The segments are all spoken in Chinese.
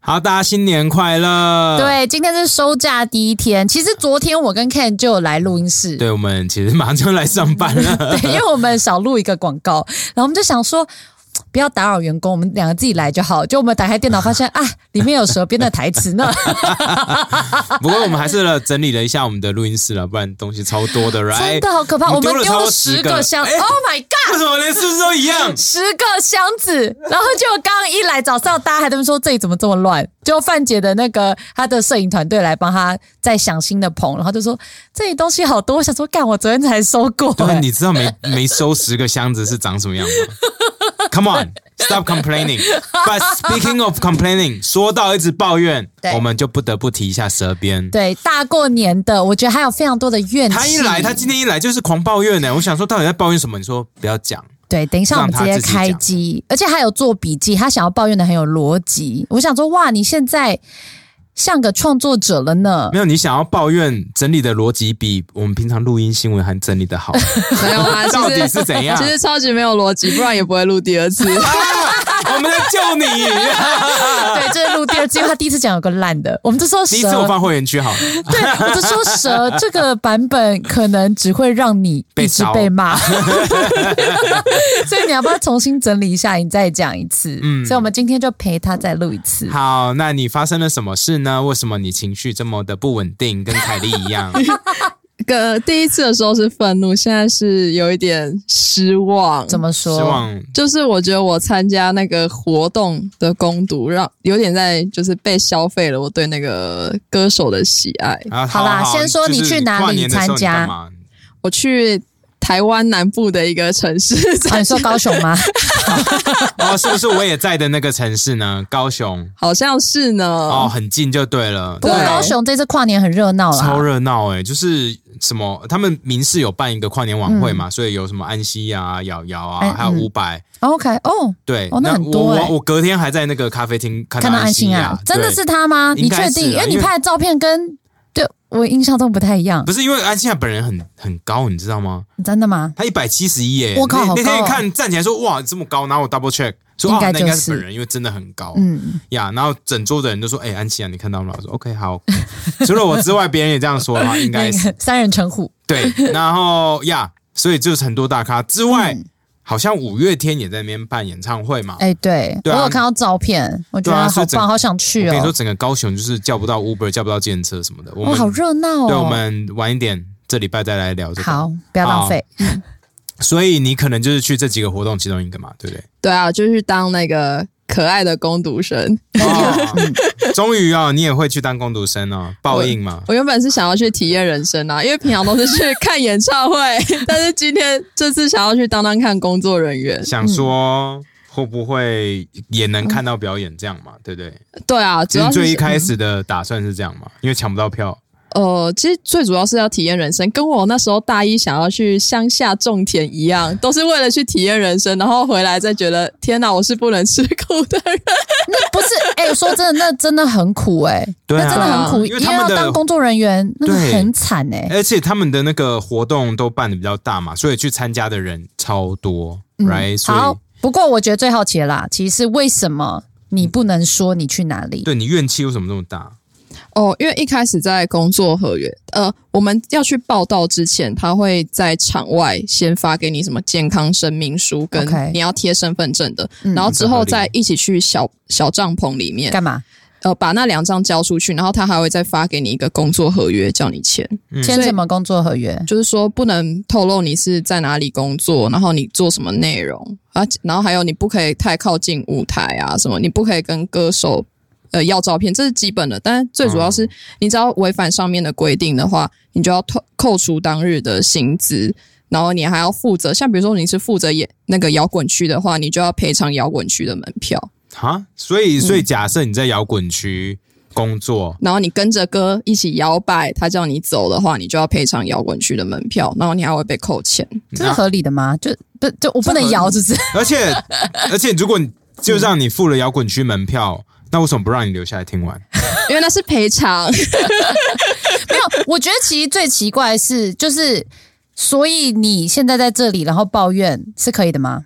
好，大家新年快乐！对，今天是收假第一天。其实昨天我跟 Ken 就有来录音室，对，我们其实马上就要来上班 了。对，因为我们少录一个广告，然后我们就想说。不要打扰员工，我们两个自己来就好。就我们打开电脑，发现啊，里面有蛇编的台词呢。不过我们还是整理了一下我们的录音室了，不然东西超多 的，right？真的好可怕，我们丢们了丢超了过十十个个箱哎嗯，Oh my god！为什么连数字都一样？十个箱子，然后就刚一来早上，大家还在那边说这里怎么这么乱，就范姐的那个她的摄影团队来帮她在想新的棚，然后就说这里东西好多，我想说干，我昨天才收过、对啊，哎你知道没没收十个箱子是长什么样吗 ？Come on, stop complaining. But speaking of complaining，说到一直抱怨对，我们就不得不提一下蛇鞭。对，大过年的，我觉得还有非常多的怨气。他一来，他今天一来就是狂抱怨呢、我想说，到底在抱怨什么？你说不要讲，对，等一下我们直接开让他自机，而且他有做笔记，他想要抱怨的很有逻辑。我想说，哇，你现在像个创作者了呢没。有你想要抱怨，整理的逻辑比我们平常录音新闻还整理的 好。没有啊，到其底实是怎样其实超级没有逻辑，不然也不会录第 二次。啊我们在救你， 对，这是录第二次，因为他第一次讲有个烂的，我们就说第一次我蛇，放会员区好了。对，我就说蛇这个版本可能只会让你一直被烧被骂， 所以你要不要重新整理一下，你再讲一次？嗯，所以我们今天就陪他再录一次。好，那你发生了什么事呢？为什么你情绪这么的不稳定，跟凯莉一样？个第一次的时候是愤怒，现在是有一点失望。怎么 说？失望就是我觉得我参加那个活动的攻读，让有点在就是被消费了我对那个歌手的喜爱。啊，好啦先说就你是去哪跨里年的时候参你加干嘛我去台湾南部的一个城市，啊，你说高雄吗？哦，是不是我也在的那个城市呢？高雄 好像是呢。哦，很近就对了。不过对高雄这次跨年很热闹啦，超热闹哎，就是什么，他们民视有办一个跨年晚会嘛，所以有什么安息啊、瑶瑶啊，嗯还有伍佰， OK，哦，对哦，那很我多欸我我隔天还在那个咖啡厅看看到安心心啊，真的是他吗？应你该确定？是因啊为你因为拍的照片跟对我印象中不太一样不，是因为安心亚本人很很高，你知道吗？真的吗？他一百七十一耶，我靠那好那高天哦看站起来说哇这么高，然后我 double check 说应哦该那应该就是是本人，因为真的很高，嗯，呀，然后整桌的人都说：“哎、安琪啊，你看到吗？”我说：“OK，好。除了我之外，别人也这样 说的话，应那该是个三人成虎， 对。然后呀所以就是很多大咖之外，好像五月天也在那边办演唱会嘛。嗯哎，对我对啊有看到照片，我觉对得啊所好以整棒，好想我去跟你说，哦，整个高雄就是叫不到 Uber，叫不到电车什么的。我哇，们、好热闹哦，对，我们晚一点这礼拜再来聊这个。，好，不要浪费，所以你可能就是去这几个活动其中一个嘛， 对不对？对啊，就去当那个可爱的攻读生。嗯哦、终于哦，你也会去当工读生哦，报应嘛。我原本是想要去体验人生啊，因为平常都是去看演唱会， 但是今天这次想要去当当看工作人嗯员。想说会不会也能看到表演这样嘛，对不对？对啊，主其实要是最一嗯开始的打算是这样嘛，因为抢不到票，呃，其实最主要是要体验人生，跟我那时候大一想要去乡下种田一样，都是为了去体验人生，然后回来再觉得天哪，我是不能吃苦的人。 那不是，哎，说真的，那真的很苦，哎，对啊那真的很苦，因为因他为们要的当工作人员，那个对很惨，哎，而且他们的那个活动都办的比较大嘛，所以去参加的人超多、r i g h t 所嗯好以。不过我觉得最好奇的啦，其实是为什么你不能说你去哪里？对你怨气为什么这么大？哦，因为一开始在工作合约，呃，我们要去报道之前，他会在场外先发给你什么健康声明书，跟 OK 你要贴身份证的，嗯然后之后这合理再一起去小小帐篷里面，干嘛？呃，把那两张交出去，然后他还会再发给你一个工作合约，叫你签，嗯签什么工作合约？就是说不能透露你是在哪里工作，然后你做什么内容啊，然后还有你不可以太靠近舞台啊，什么你不可以跟歌手呃要照片，这是基本的。但是最主要是，你只要违反上面的规定的话，你就要扣扣除当日的薪资。然后你还要负责，像比如说你是负责演那个摇滚区的话，你就要赔偿摇滚区的门票。啊？所嗯以，所以假设你在摇滚区工作，然后你跟着歌一起摇摆，他叫你走的话，你就要赔偿摇滚区的门票，然后你还会被扣钱。这是合理的吗？就不就我不能摇，就是 而 且而且如果你就让你付了摇滚区门票，那为什么不让你留下来听完？因为那是赔偿。没有。我觉得其实最奇怪的是，就是所以你现在在这里，然后抱怨是可以的吗？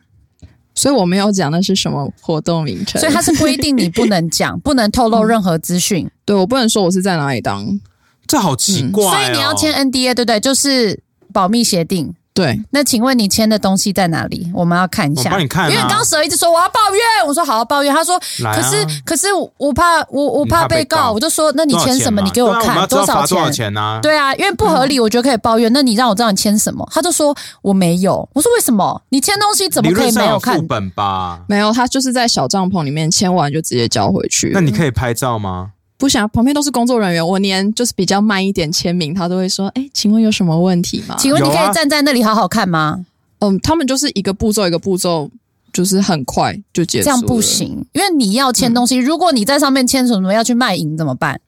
所以我没有讲那是什么活动名称，所以它是规定你不能 讲，不能透露任何资讯，对我不能说我是在哪里当，这好奇怪、哦嗯所以你要签 NDA，对不对？就是保密协定。对，那请问你签的东西在哪里？我们要看一我下。帮你看啊因为刚刚蛇一直说我要抱怨，我说好好抱怨，他说来啊可是可是我怕我我你怕怕被被告告，我就说那你多少签什么？嘛你给我对啊们看要知道少罚多少钱？钱啊？对啊，因为不合理，我觉得可以抱怨。那你让我知道你签什么？他就说我没有。我说为什么？你签东西怎么理可论以没上有看副？本吧？没有，他就是在小帐篷里面签完就直接交回嗯去了。那你可以拍照 吗？不想旁边都是工作人员，我连就是比较慢一点签名，他都会说：“哎，请问有什么问题吗请问你可有啊以站在那里好好看吗？？”嗯，他们就是一个步骤一个步骤，就是很快就结束。这样不，行，因为你要签东西，如果你在上面签什么要去卖淫怎么办？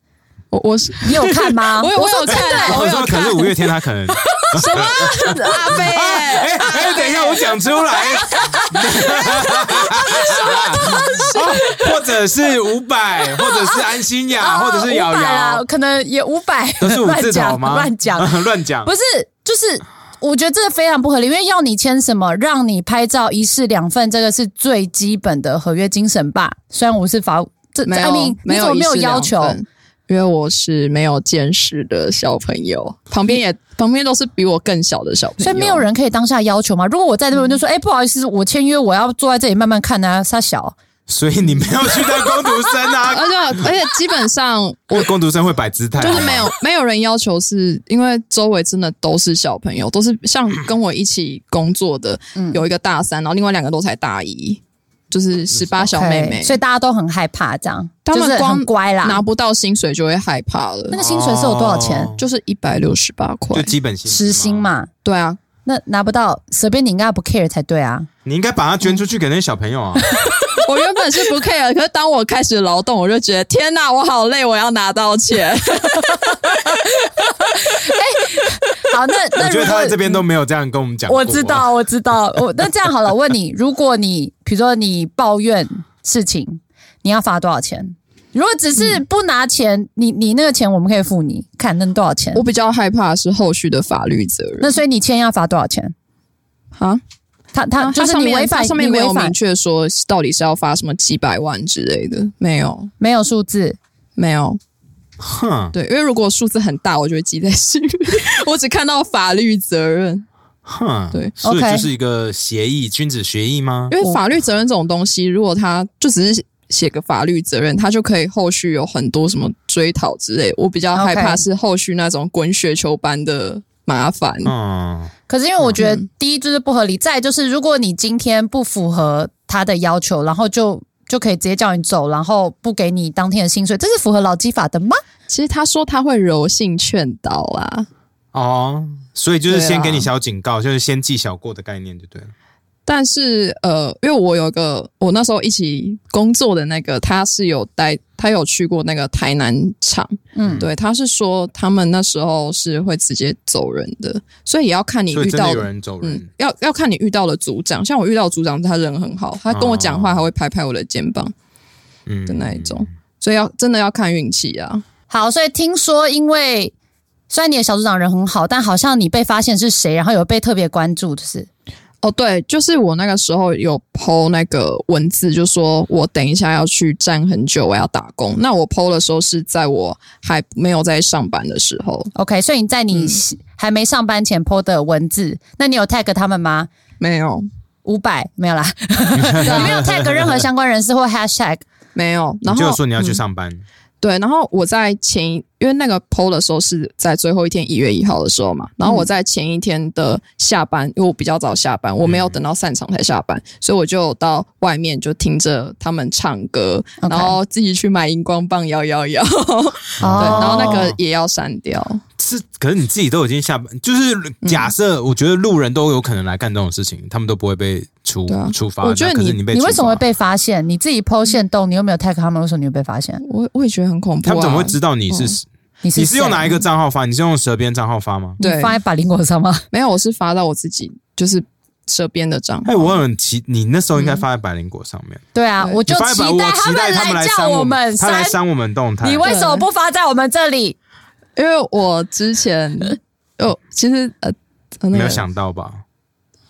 我我是你有 看吗？我有说我有看真的啊我有说可是看五月天他可能，阿 飞耶，哎哎，等一下我讲出来，哦或者是五百，或者是安心雅，啊或者是瑶500啦瑶，可能也五百，都是五乱字头讲吗？乱讲，， 乱讲啊不， 是，就是我觉得这个非常不合理，因为要你签什么，让你拍照一式两份，这个是最基本的合约精神吧。虽然我是法务，这没艾有米，你怎么有没有一式两要求？份因为我是没有见识的小朋友，旁边也旁边都是比我更小的小朋友，所以没有人可以当下要求吗？如果我在嗯那边就说，哎、不好意思，我签约，我要坐在这里慢慢看啊，傻小，所以你没有去当工读生 啊？而且而且基本上我工读生会摆姿态，就是没有没有人要求是，因为周围真的都是小朋友，都是像跟我一起工作的，嗯有一个大三，然后另外两个都才大一，就是十八小妹妹 OK，所以大家都很害怕这样，他们就是光很乖啦。拿不到薪水就会害怕 那了，个薪水是有多少钱？哦就是一百六十八块就，基本薪资时薪？嘛，对啊，那拿不到，随便你应该不 care 才对啊。你应该把它捐出去给那些小朋友啊！嗯我原本是不 care，可是当我开始劳动，我就觉得天哪，我好累，我要拿 到钱，好，那 那我觉如得他在这果边都没有这样跟我们讲过。 我知，道，我知道，我那这样好了，我问你，如果你比如说你抱怨事情，你要罚多少钱？如果只是不拿钱，你你那个钱我们可以付你，看那多少钱我。比较害怕的是后续的法律责任那所以你签要罚多少钱？啊。他他就它是上你面违它反，上面你没有违反明确说到底是要发什么几百万之类的，没有，没有数字，没有。哼对，因为如果数字很大，我就会记在心里。 我只看到法律 责任，哼，对所以 OK 就是一个协议，君子协议吗？因为法律责任这种东西，如果他就只是写个法律责任，他就可以后续有很多什么追讨之类。我比较害怕 OK 是后续那种滚雪球般的麻烦。嗯，可是因为我觉得第一就是不合理，再来就是如果你今天不符合他的要求，然后就就可以直接叫你走，然后不给你当天的薪水，这是符合劳基法的吗？其实他说他会柔性劝导啊啦，哦，所以就是对先啊给你小警告，就是先记小过的概念就对了。但是呃，因为我有个我那时候一起工作的那个，他是有待，他有去过那个台南厂，嗯，对，他是说他们那时候是会直接走人的，所以也要看你所以遇真的到有的，人走嗯人，，要要看你遇到的组长。像我遇到的组长，他人很好，他跟我讲话哦还会拍拍我的肩膀嗯的那一种，所以要真的要看运气啊。好，所以听说因为虽然你的小组长人很好，但好像你被发现是谁，然后有被特别关注，就是哦，对，就是我那个时候有 PO 那个文字，就说我等一下要去站很久，我要打工。那我 PO 的时候是在我还没有在上班的时候， OK。所以你在你还没上班前 PO 的文字，那你有 tag 他们吗？没有，五百没有啦，你没有 tag 任何相关人士或 hashtag。没有。然你后嗯就说你要去上班，对，然后我在前一，因为那个 PO 的时候是在最后一天一月一号的时候嘛，然后我在前一天的下班，因为我比较早下班，我没有等到散场才下班，所以我就到外面就听着他们唱歌 OK 然后自己去买荧光棒摇摇摇，哦对，然后那个也要删掉，是，可是你自己都已经下班，就是假设，我觉得路人都有可能来干这种事情，他们都不会被处对啊处罚。我觉得那可你是你被为处什罚么会？被发现？你自己 PO 线动，你又没有 tag 他们，为什么你会被发现？我我也觉得很恐怖、啊。他们怎么会知道你是？你是你是用哪一个？个账号发？你是用蛇鞭账号发吗？你对放在百灵果上吗？没有，我是发到我自己就是这边 的账号。哎，我很奇，你那时候应该发在百灵果上面，对啊，我就你发在百，期我待期待他们来来叫删我们他删来。删我们动态。你为什么不发在我们这里？因为我之前，哦，其实呃，呃那没有个想到吧？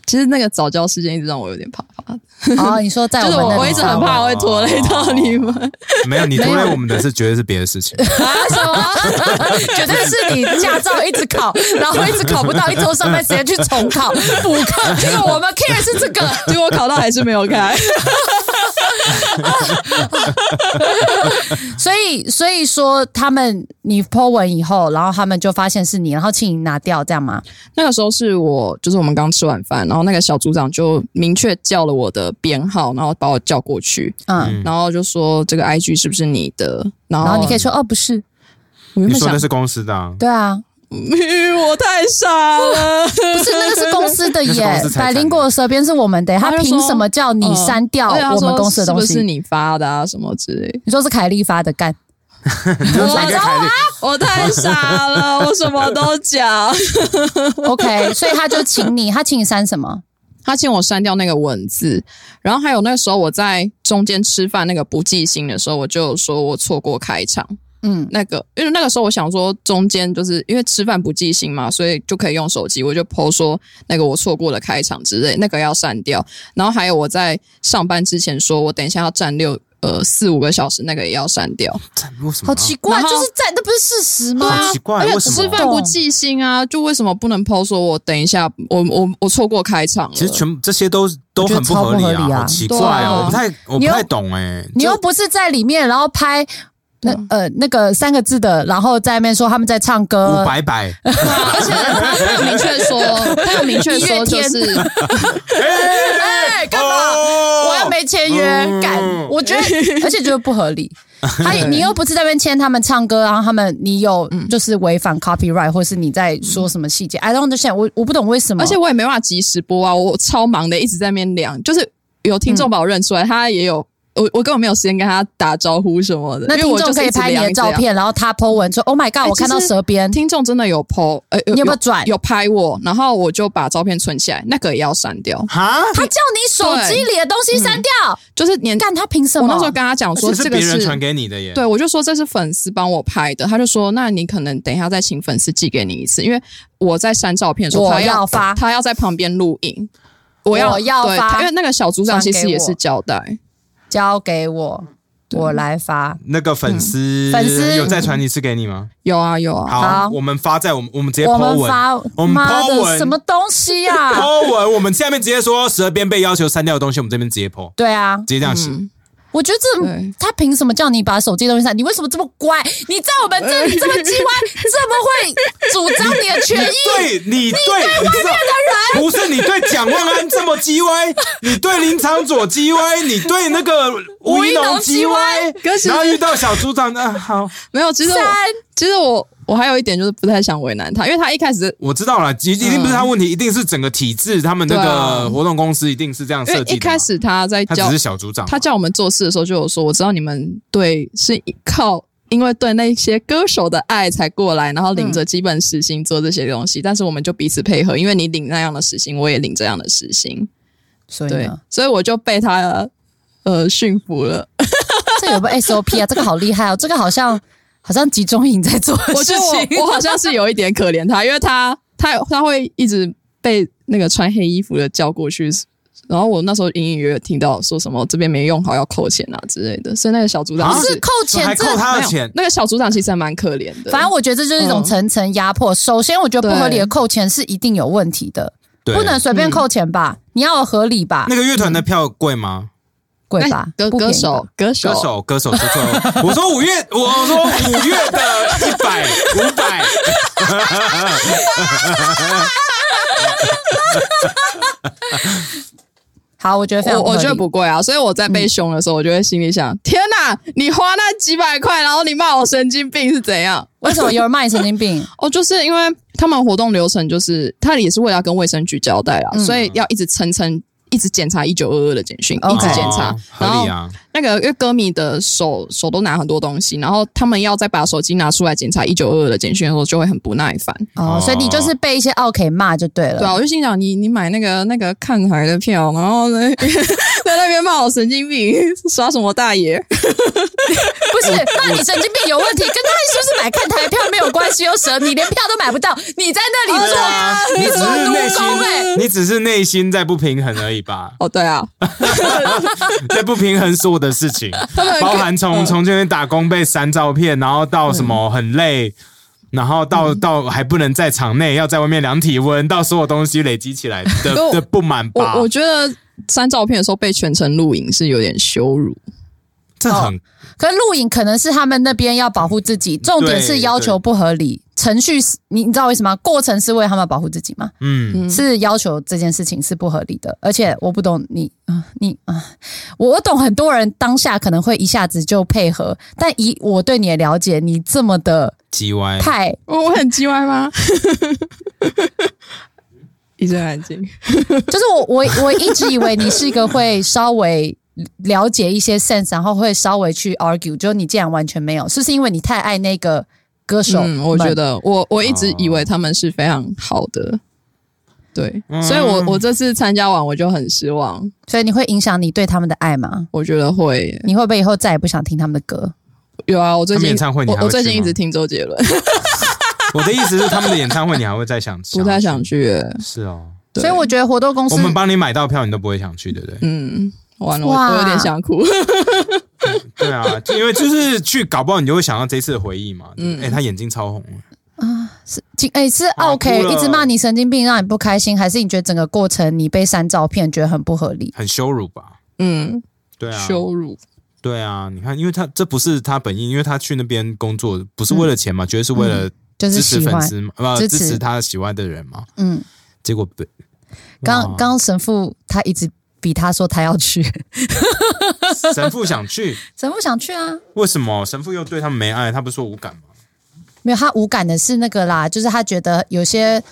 其实那个早教事件一直让我有点怕怕， 哦，你说在就是们那里我我一直很怕我会拖累到你们。 没有，你拖累我们的是绝对是别的事 情。啊什么？绝对是你驾照一直考，然后一直考不到，一直从上班时间去重考补考。结果我们 care 是这个，结果考到还是没有开， 所以所以说他们你 po 文以后，然后他们就发现是你，然后请你拿掉，这样吗？那个时候是我，就是我们刚吃完饭，然后那个小组长就明确叫了我的编号，然后把我叫过去，嗯，然后就说这个 IG 是不是你的？然后然后你可以说哦，不是，我原你本说想的，是公司的、啊，对 啊， 我太傻了，不是那个是公司的那是公耶司，财产百灵果舌边是我们的耶，他他哦就凭说什么叫你删掉而且他啊我们说公司的东是不是西？你发的啊？什么之类的？你说是凯莉发的干，你就传给凯莉，我太 傻了，我什么都讲。 OK，所以他就请你，他请你删什么？他请我删掉那个文字，然后还有那时候我在中间吃饭那个不记心的时候，我就有说我错过开场嗯，那个，因为那个时候我想说中间就是因为吃饭不记心嘛，所以就可以用手机，我就 po 说那个我错过了开场之类，那个要删掉。然后还有我在上班之前说我等一下要站六呃四五个小时，那个也要删掉。为什么、好奇怪，嗯然后就是在那不是事实对吗？好奇怪啊而且为什么吃饭不记心啊？就为什么不能 PO 说我等一下，我我我错过开场了？其实 全这些都都很不理我觉得超不合理啊好奇怪对啊哦，我不太我不你又太懂哎、你又不是在里面，然后拍那对啊呃那个三个字的，然后在那边说他们在唱五歌，百百，对啊而且他他有明 确说，他有明确说就是哎， 干嘛？哦我又没签约，嗯干、我 觉得，而且觉得不合理。还有对你又不是在那边签他们唱歌，然后他们你有嗯就是违反 copyright，或是你在说什么细节、i don't understand，我我不懂为什么。而且我也没办法及时播啊，我超忙的，一直在那边量。就是有听众把我认出来，他也有我，我根本没有时间跟他打招呼什么的。那因为听我就众是可以一直拍你量的照。一直量片，然后他 po 文说：“Oh my god，、哎我看到其实舌边。听众真的有 PO，呃，你有没有转有拍我，然后我就把照片存起来，那个也要删掉。哈，”他叫你手机里的东西删掉，就是年，干、他凭什嗯我么？那时候跟他讲说，而且这是个别是人传给你的耶，对，我就说这是粉丝帮我拍的，他就说那你可能等一下再请粉丝寄给你一次，因为我在删照片的时候，我他要发他要在旁边录影，我要我要对发他因为那个小组传长其给实也我是交代，交给我，我来发。那个粉丝、嗯粉丝有再传一次给你吗？有啊有啊，好，好我们发在我们我们直接 po 我文，们发，我们妈 po 的文什么东西啊 呀、 po 文，我们下面直接说蛇边被要求删掉的东西，我们这边直接 po，对啊，直接这样写。我觉得这对他凭什么叫你把手机的东西删？你为什么这么乖？你在我们这里这么叽歪， 这么会主张你的权益？对你对你知道不是你对蒋万安这么鸡歪，你对林长佐鸡歪，你对那个吴一农鸡歪可，是然后遇到小组长，啊，好，没有，其实我删其实我我还有一点就是不太想为难他，因为他一开始我知道了，一一定不是他问题，一定是整个体制，他们那对啊个活动公司一定是这样因设为计一的嘛。啊开始他在他教只是小组长嘛，他叫我们做事的时候就有说，我知道你们对是靠因为对那些歌手的爱才过来，然后领着基本时薪做这些东西，但是我们就彼此配合，因为你领那样的时薪，我也领这样的时薪，所以对呢，，所以我就被他呃驯服了。这有个 SOP 啊，这个好厉害哦，这个好像好像集中营在做的我事觉得情。我我好像是有一点可怜他，因为他他他会一直被那个穿黑衣服的叫过去。然后我那时候隐隐约约听到说什么这边没用好要扣钱啊之类的，所以那个小组长啊其实是扣钱还这扣他没的有钱，那个小组长其实还蛮可怜 的。反正我觉得这就是一种层层压迫。嗯首先，我觉得不合理的对扣钱是一定有问题的，对，不能随嗯便扣钱吧？你要有合理吧那？个乐团的票贵吗？贵哎吧？歌不便歌宜手吧，歌手，歌手，歌手说错了。我说五月，我说五月的一百五百，好，我觉得非常我合我理觉得不贵啊，所以我在被凶的时候，我就会心里想：天哪，你花那几百块，然后你骂我神经病是怎样？为 什么有人骂你神经病？哦，就是因为他们活动流程就是，他也是为了要跟卫生局交代啦，所以要一直层层。一直检查一九二二的简讯 OK 一直检查哦，然合后理啊。那个因为歌迷的手手都拿很多东西，然后他们要再把手机拿出来检查一九二二的简讯的时候，就会很不耐烦。哦，哦所以你就是被一啊些 OK 骂就对了。对啊，我就心想你你买那个那个看台的票，然后呢， 在那边骂我神经病，耍什么大爷？？不是，那你神经病有问题，跟他是不是买看台票没有关系，又蛇，你连票都买不到，你在那哦里做，啊你只是内做奴工欸心，你只是内心在不平衡而已吧哦，对啊，在不平衡所有的事 情，包含嗯从从这边打工被删照片，然后到什么很累。然后嗯到到还不能在场内，要在外面量体温，到所有东西累积起来 的我的不满我吧我，觉得删照片的时候被全程录影是有点羞辱。这哦很可是录影可能是他们那边要保护自己，重点是要求不合理，程序是你你知道为什么吗？过程是为他们保护自己吗？嗯，是要求这件事情是不合理的，而且我不懂你啊、你啊、我我懂很多人当下可能会一下子就配合，但以我对你的了解，你这么的叽 歪。派，我我很叽歪吗？ 一阵安静。就是我我我一直以为你是一个会稍微。了解一些 sense，然后会稍微去 argue，就你竟然完全没有，是不是因为你太爱那个歌哦手们？嗯，我觉得我我一直以为他们是非常好的，对，嗯所以我我这次参加完我就很失望，所以你会影响你对他们的爱吗？我觉得会你会不会以后再也不想听他们的歌？有啊，我最他们近演唱会你我还会我最去近一吗直听周杰伦，我的意思是，他们的演唱会你还会再想去？不太想。去耶，是哦，对所以我觉得活动公司我们帮你买到票，你都不会想去，对不对？嗯，完了，我哇我有点想哭， 对啊，就因为就是去，搞不好你就会想到这一次的回忆嘛。嗯，哎，他眼睛超红，今哎、是啊 OK，哭了一直骂你神经病，让你不开心，还是你觉得整个过程你被删照片觉得很不合理？很羞辱吧？嗯，对啊，羞辱，对啊，你看，因为他这不是他本意，因为他去那边工作不是为了钱嘛，绝对是为了嗯就是支持喜粉欢，丝嘛，呃，支支持持他喜欢的人嘛。嗯，结果被刚哇刚神父他一直逼他说他要去， 神父想去，神父想去啊，为什么神父又对他们没爱？他不是说无感吗？没有他无感的是那个啦，就是他觉得有些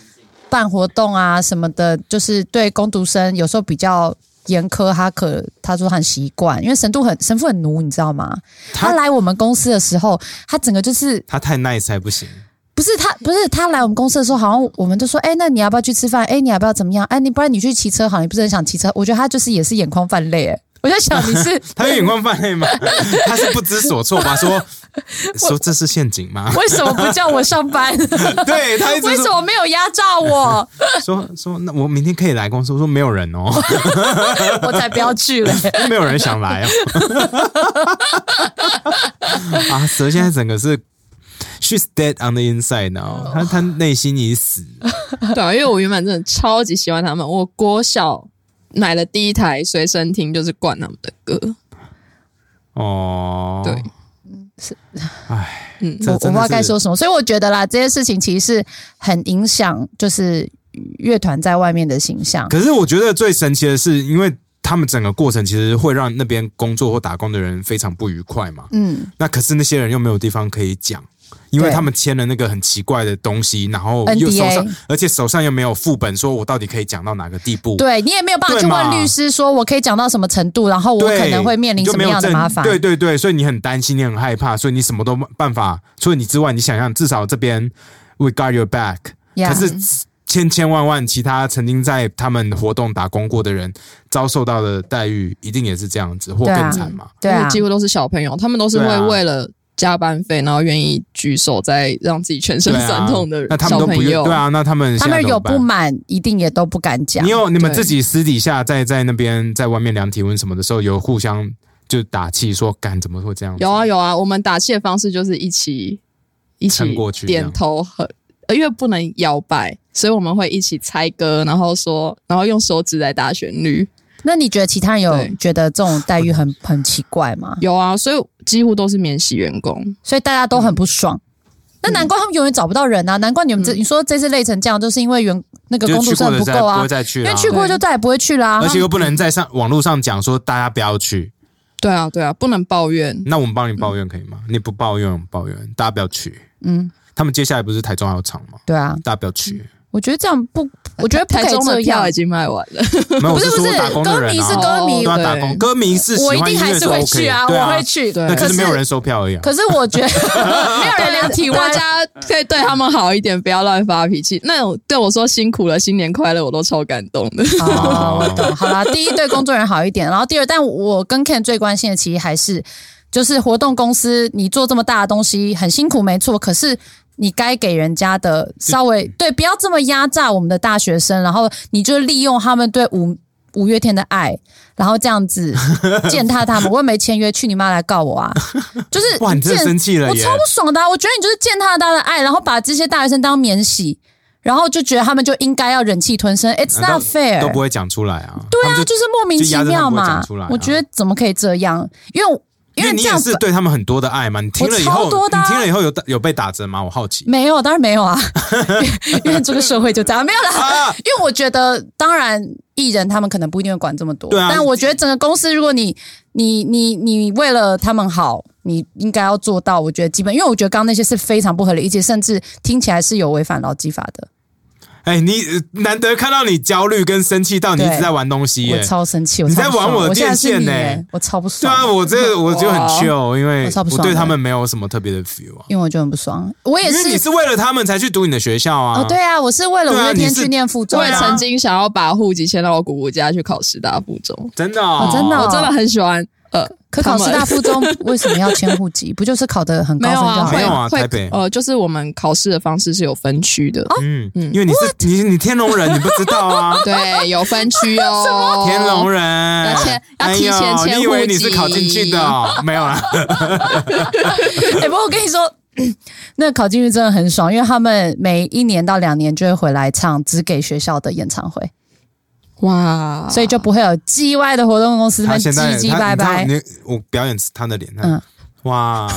办活动啊什么的，就是对工读生有时候比较严苛，他可他说他很习惯，因为神父很神父很奴，你知道吗？他他来我们公司的时候，他整个就是他太 nice 还不行，不是他，不是他来我们公司的时候，好像我们就说，哎、那你要不要去吃饭？哎、你要不要怎么样？哎、你不然你去骑车好，你不是很想骑车？我觉得他就是也是眼眶泛泪，哎，我在想 你是他有眼光泛 泪吗？他是不知所措吧？说说这是陷阱吗？为什么不叫我上 班？对哎他一直为什说么没有压榨 我？说说，那我明天可以来公司。我说没有人哦，我才不要去嘞！没有人想来哦。啊，蛇现在整个是，she's dead on the inside 哦 now，他他内心已死。对啊，因为我原本真的超级喜欢他们，我国小买了第一台随身听就是灌他们的歌，哦，对，唉，嗯这我真我不知的道该是说什么，所以我觉得啦，这些事情其实是很影响，就是乐团在外面的形象。可是我觉得最神奇的是，因为他们整个过程其实会让那边工作或打工的人非常不愉快嘛。嗯，那可是那些人又没有地方可以讲，因为对他们签了那个很奇怪的东西，然后又 NDA 手上，而且手上又没有副本，说我到底可以讲到哪个地步。对你也没有办法去对嘛问律师说我可以讲到什么程度，然后我对。可能会面临你就什没么有样的证麻烦。对对对，所以你很担心，你很害怕，所以你什么都办法。除了你之外，你想象至少这边 we got your back，、呀可是千千万万其他曾经在他们活动打工过的人，遭受到的待遇一定也是这样子，或对啊更惨嘛。对因啊为，几乎都是小朋友，他们都是对啊会为了加班费，然后愿意举手在让自己全身对酸啊痛的，那他们小都朋不愿友。对啊，那他们他现在们怎么有办不满，啊一定也都不敢讲你。有你们对自己私底下在在那边在外面量体温什么的时候，有互相就打气说，干怎么会这样子？有啊有啊，我们打气的方式就是一起一起撑过去这样点头和，呃因为不能摇摆，所以我们会一起猜歌，然后说，然后用手指来打旋律。那你觉得其他人有对觉得这种待遇很很奇怪吗？嗯有啊，所以几乎都是免洗员工。所以大家都很不爽。嗯那难怪他们永远找不到人啊！难怪你们这、你说这次累成这样，就是因为员那个就工去作过的证不再够不啊会，再去因了、为啊，去过就再也不会去啦、而且又他不能在上网络上讲说大家不要去。对啊对啊，不能抱嗯怨。那我们帮你抱怨可以吗？你不抱怨，我们抱怨，大家不要去。们嗯，他们接下来不是台中还有场吗？对啊，大家不要去，我觉得这样不，我觉得不台可以中这的样票已。经卖完了，没有，不我是嗯不哦说是打工，的歌人迷是啊，歌迷都，要打工，歌迷是喜我一欢音定还乐是是会 OK，去啊，对我会去。对那可就是是没有人收票而已啊。可是我 觉得 没有人量体温啊大。家可以对他们好一点，不要乱发脾气。那种对我说辛苦了，新年快乐，我都超感动的。哦，我懂。好 啦，第一对工作人员好一点，然后第二，但我跟 Ken 最关心的其实还是，就是活动公司你做这么大的东西很辛苦，没错，可是。你该给人家的稍微嗯对，不要这么压榨我们的大学生，然后你就利用他们对五五月天的爱，然后这样子践 踏他们。我又没签约，去你妈来告我啊！就是哇，你真的践生气了我耶超！不爽的啊、我觉得你就是践踏大家的爱，然后把这些大学生当免洗，然后就觉得他们就应该要忍气吞声。It's 难道 not fair，都不会讲出来啊。欸对他们啊，就是莫名其妙就压着他们不会嘛讲出来啊。我觉得怎么可以这样？因为因为为你这也样是子对他们很多的爱嘛。你听了以我超后，多的啊你听了以后有打有被打折吗？我好奇。没有，当然没有啊， 因为这个社会就这样，没有啦。啊，因为我觉得，当然艺人他们可能不一定会管这么多，对啊但我觉得整个公司，如果你你你你为了他们好，你应该要做到，我觉得基本，因为我觉得刚刚那些是非常不合理，而且甚至听起来是有违反劳基法的。哎，你呃难得看到你焦虑跟生气到你一直在玩东西我耶。超生气，我你超在不爽玩我的我现在是电线你呢耶我超不对爽。啊，我这个我就很哇 chill，因为我哦超不我爽对的他们没有什么特别的 feel 啊。因为我就很不爽，我也因为你是为了他们才去读你的学校啊。哦，对啊，我是为了五对啊月天你是去念附中我啊，也 曾经想要把户籍迁到我姑姑家去考师大附中，真的哦哦，真的哦我真的很喜欢。呃，可考他师们大附 中为什么要迁户籍？不就是考得很高没分就有啊，好会没有了？啊会台北呃，就是我们考试的方式是有分区的，嗯，因为你是你你天龙人，你不知道啊。 对，有分区哦。天龙人，要签要哎提呦，前签你以为户你是籍考进去的哦？ 没有啦，哎、不过我跟你说， 那考进去真的很爽，因为他们每一年到两年就会回来唱只给学校的演唱会，哇，所以就不会有叽歪的活动公司他们现唧在唧他拜拜。 你知道你我表演他的脸，嗯嗯， 哇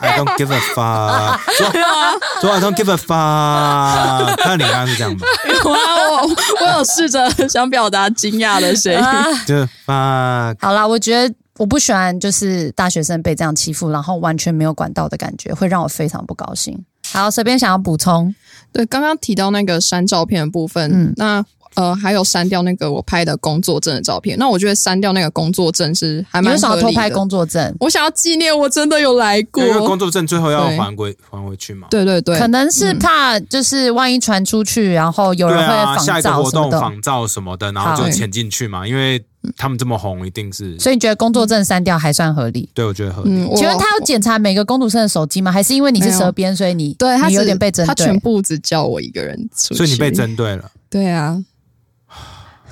，I don't give a fuck，说啊说 I don't give a fuck，他的脸刚刚是这样吧， 哇，我我有试着想表达惊讶的声 音。啊就是 fuck，好啦，我觉得我不喜欢就是大学生被这样欺负，然后完全没有管到的感觉，会让我非常不高兴。好，随便想要补充，对，刚刚提到那个删照片的部分，嗯那呃还有删掉那个我拍的工作证的照片。那我觉得删掉那个工作证是还你蛮为什么合要偷理拍的。工作证？我想要纪念我真的有来过因。为工作证最后要对还回还回去嘛，对对对可，能是怕就是万一传出去，然后有对人嗯啊，会下仿一个造活什么动的。仿照什么的，然后好嗯就潜进去嘛，因为他们这么红，一定是，所以你觉得工作证删掉还算合理？对我觉得合嗯理，，我请问他要检查每个工读生的手机吗？还是因为你是蛇边，所以你对他你只有点被针他全对？部只叫我一个人出去，所以你被针对了，对啊，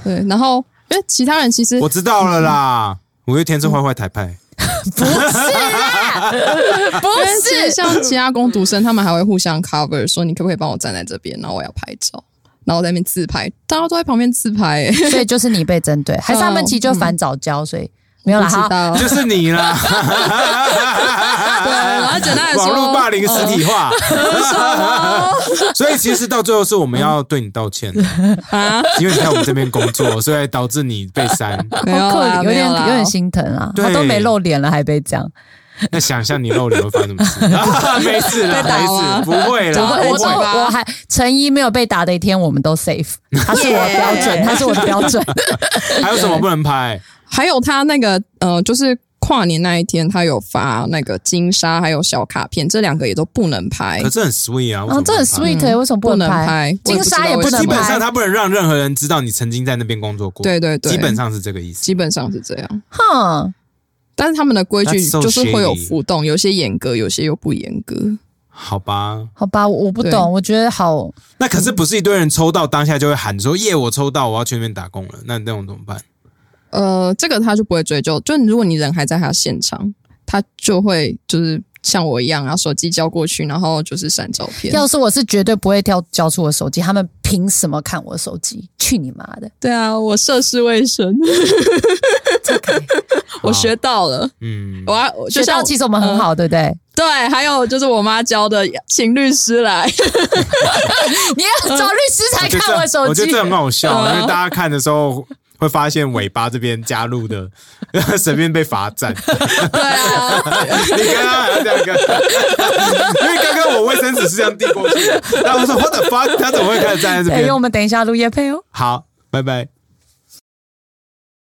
对，然后因为其他人其实嗯我知道了啦，五月天是坏坏台派。不是啦，不因为其实是。像其他工读生，他们还会互相 cover，说你可不可以帮我站在这边，然后我要拍照，然后我在那边自拍，大家都在旁边自拍、欸， 所以就是你被针对，还是他们其实就反早教，所以没有我啦。 不知好，道。就是你啦。对，然后简单来说，网络霸凌实体化，嗯 哦所以其实到最后是我们要对你道歉，嗯啊，因为你在我们这边工 作，所以导致你被删。 没有好可啦，怜，有点没啦有点心疼啊。对他都没露脸了，还被这样。那想象你露脸会发生什么 事？啊没事啦，被打没吗事，不会怎啦么，会我不都会怎么。吧我还陈一没有被打的一天，我们都 safe。他是我的标准， Yeah 他是我的标准。还有什么不能拍？还有他那个呃，就是跨年那一天，他有发那个金沙还有小卡片，这两个也都不能拍可，是很 sweet 啊，为什啊么，不哎这能很拍 sweet，为什么嗯不能能拍我也金不知道沙也为不什能么基本上拍。他不能让任何人知道你曾经在那边工作过。对对对，基本上是这个意思。基本上是这样。哼，但是他们的规矩 That's so 就是会有 shady 浮动，有些严格，有些又不严格。好吧，好吧，我我不对懂，我觉得好。那可是不是一堆人抽到当下就会喊说耶，我抽到，我要去那边打工了。那那种怎么办？呃，这个他就不会追究。就如果你人还在他现场，他就会就是像我一样啊，手机交过去，然后就是删照片。要是我是绝对不会挑交出我手机，他们凭什么看我手机？去你妈 的！对啊，我涉世未深，我学到了。嗯，我要就 学像呃校我其实我们很好，对不对？对，还有就是我妈教的请律师来， 你要找律师我才觉得呃看这手觉机得。这很好笑，因为大家看的时候会发现尾巴这边加入的， 随便被罚站。 对啊，你刚刚还要这样跟， 因为刚刚我卫生纸是这样哎递过去的，然后我说 What the fuck？他怎么会开始站在这对，因为我边？们等一下录夜配哦。好，拜拜。